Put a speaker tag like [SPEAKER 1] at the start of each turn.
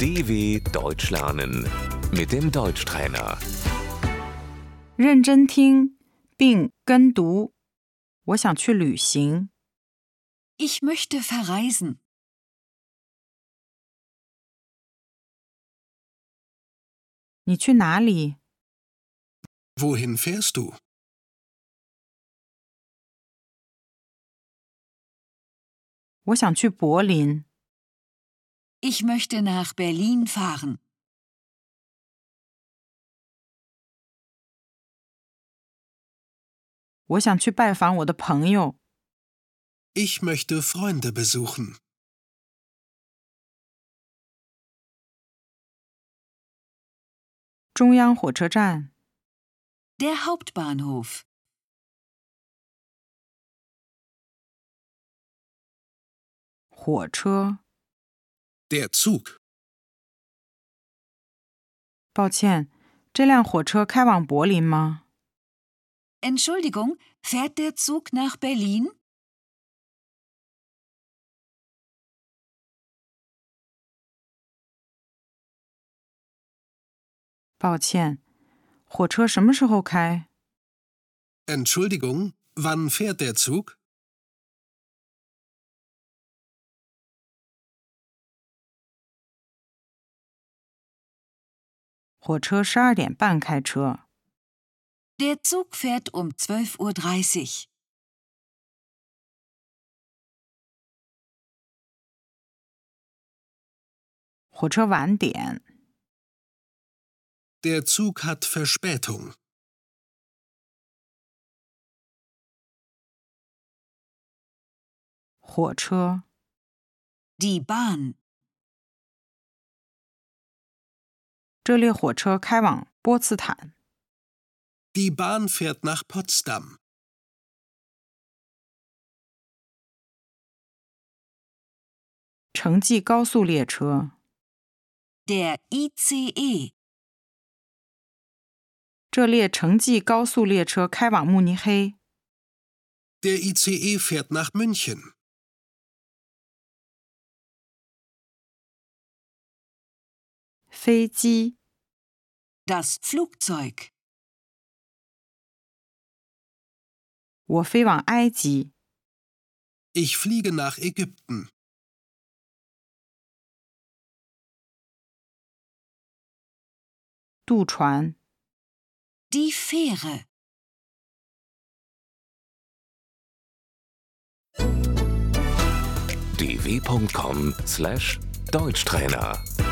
[SPEAKER 1] DW Deutsch lernen mit dem Deutschtrainer.
[SPEAKER 2] 认真听并跟读。我想去旅行，
[SPEAKER 3] Ich möchte verreisen.
[SPEAKER 2] 你去哪里？
[SPEAKER 4] Wohin fährst du?
[SPEAKER 2] 我想去柏林，
[SPEAKER 3] Ich möchte nach Berlin fahren.
[SPEAKER 2] 我想去拜访我的朋友，
[SPEAKER 4] Ich möchte Freunde besuchen.
[SPEAKER 2] 中央火车站。
[SPEAKER 3] Der Hauptbahnhof.
[SPEAKER 2] 火车，
[SPEAKER 4] Der Zug.
[SPEAKER 2] 抱歉，这辆火车开往柏林吗？
[SPEAKER 3] Entschuldigung, fährt der Zug nach Berlin?
[SPEAKER 2] 抱歉，火车什么时候开？
[SPEAKER 4] Entschuldigung, wann fährt der Zug?
[SPEAKER 2] 火车十二点半开车。
[SPEAKER 3] Der Zug fährt um 12.30 Uhr.
[SPEAKER 2] 火车晚点，
[SPEAKER 4] Der Zug hat Verspätung.
[SPEAKER 2] 火车，
[SPEAKER 3] Die Bahn.
[SPEAKER 2] 这列火车开往波茨坦。
[SPEAKER 4] Die Bahn fährt nach Potsdam.
[SPEAKER 2] 城际高速列车，
[SPEAKER 3] Der E. ICE.
[SPEAKER 2] 这列城际高速列车开往慕尼黑。
[SPEAKER 4] Der ICE fährt nach München.
[SPEAKER 2] 飞机，
[SPEAKER 3] Das Flugzeug.
[SPEAKER 2] 我飞往埃及。
[SPEAKER 4] Ich fliege nach Ägypten.
[SPEAKER 2] 渡船，
[SPEAKER 3] Die Fähre.
[SPEAKER 1] dw.com/deutschtrainer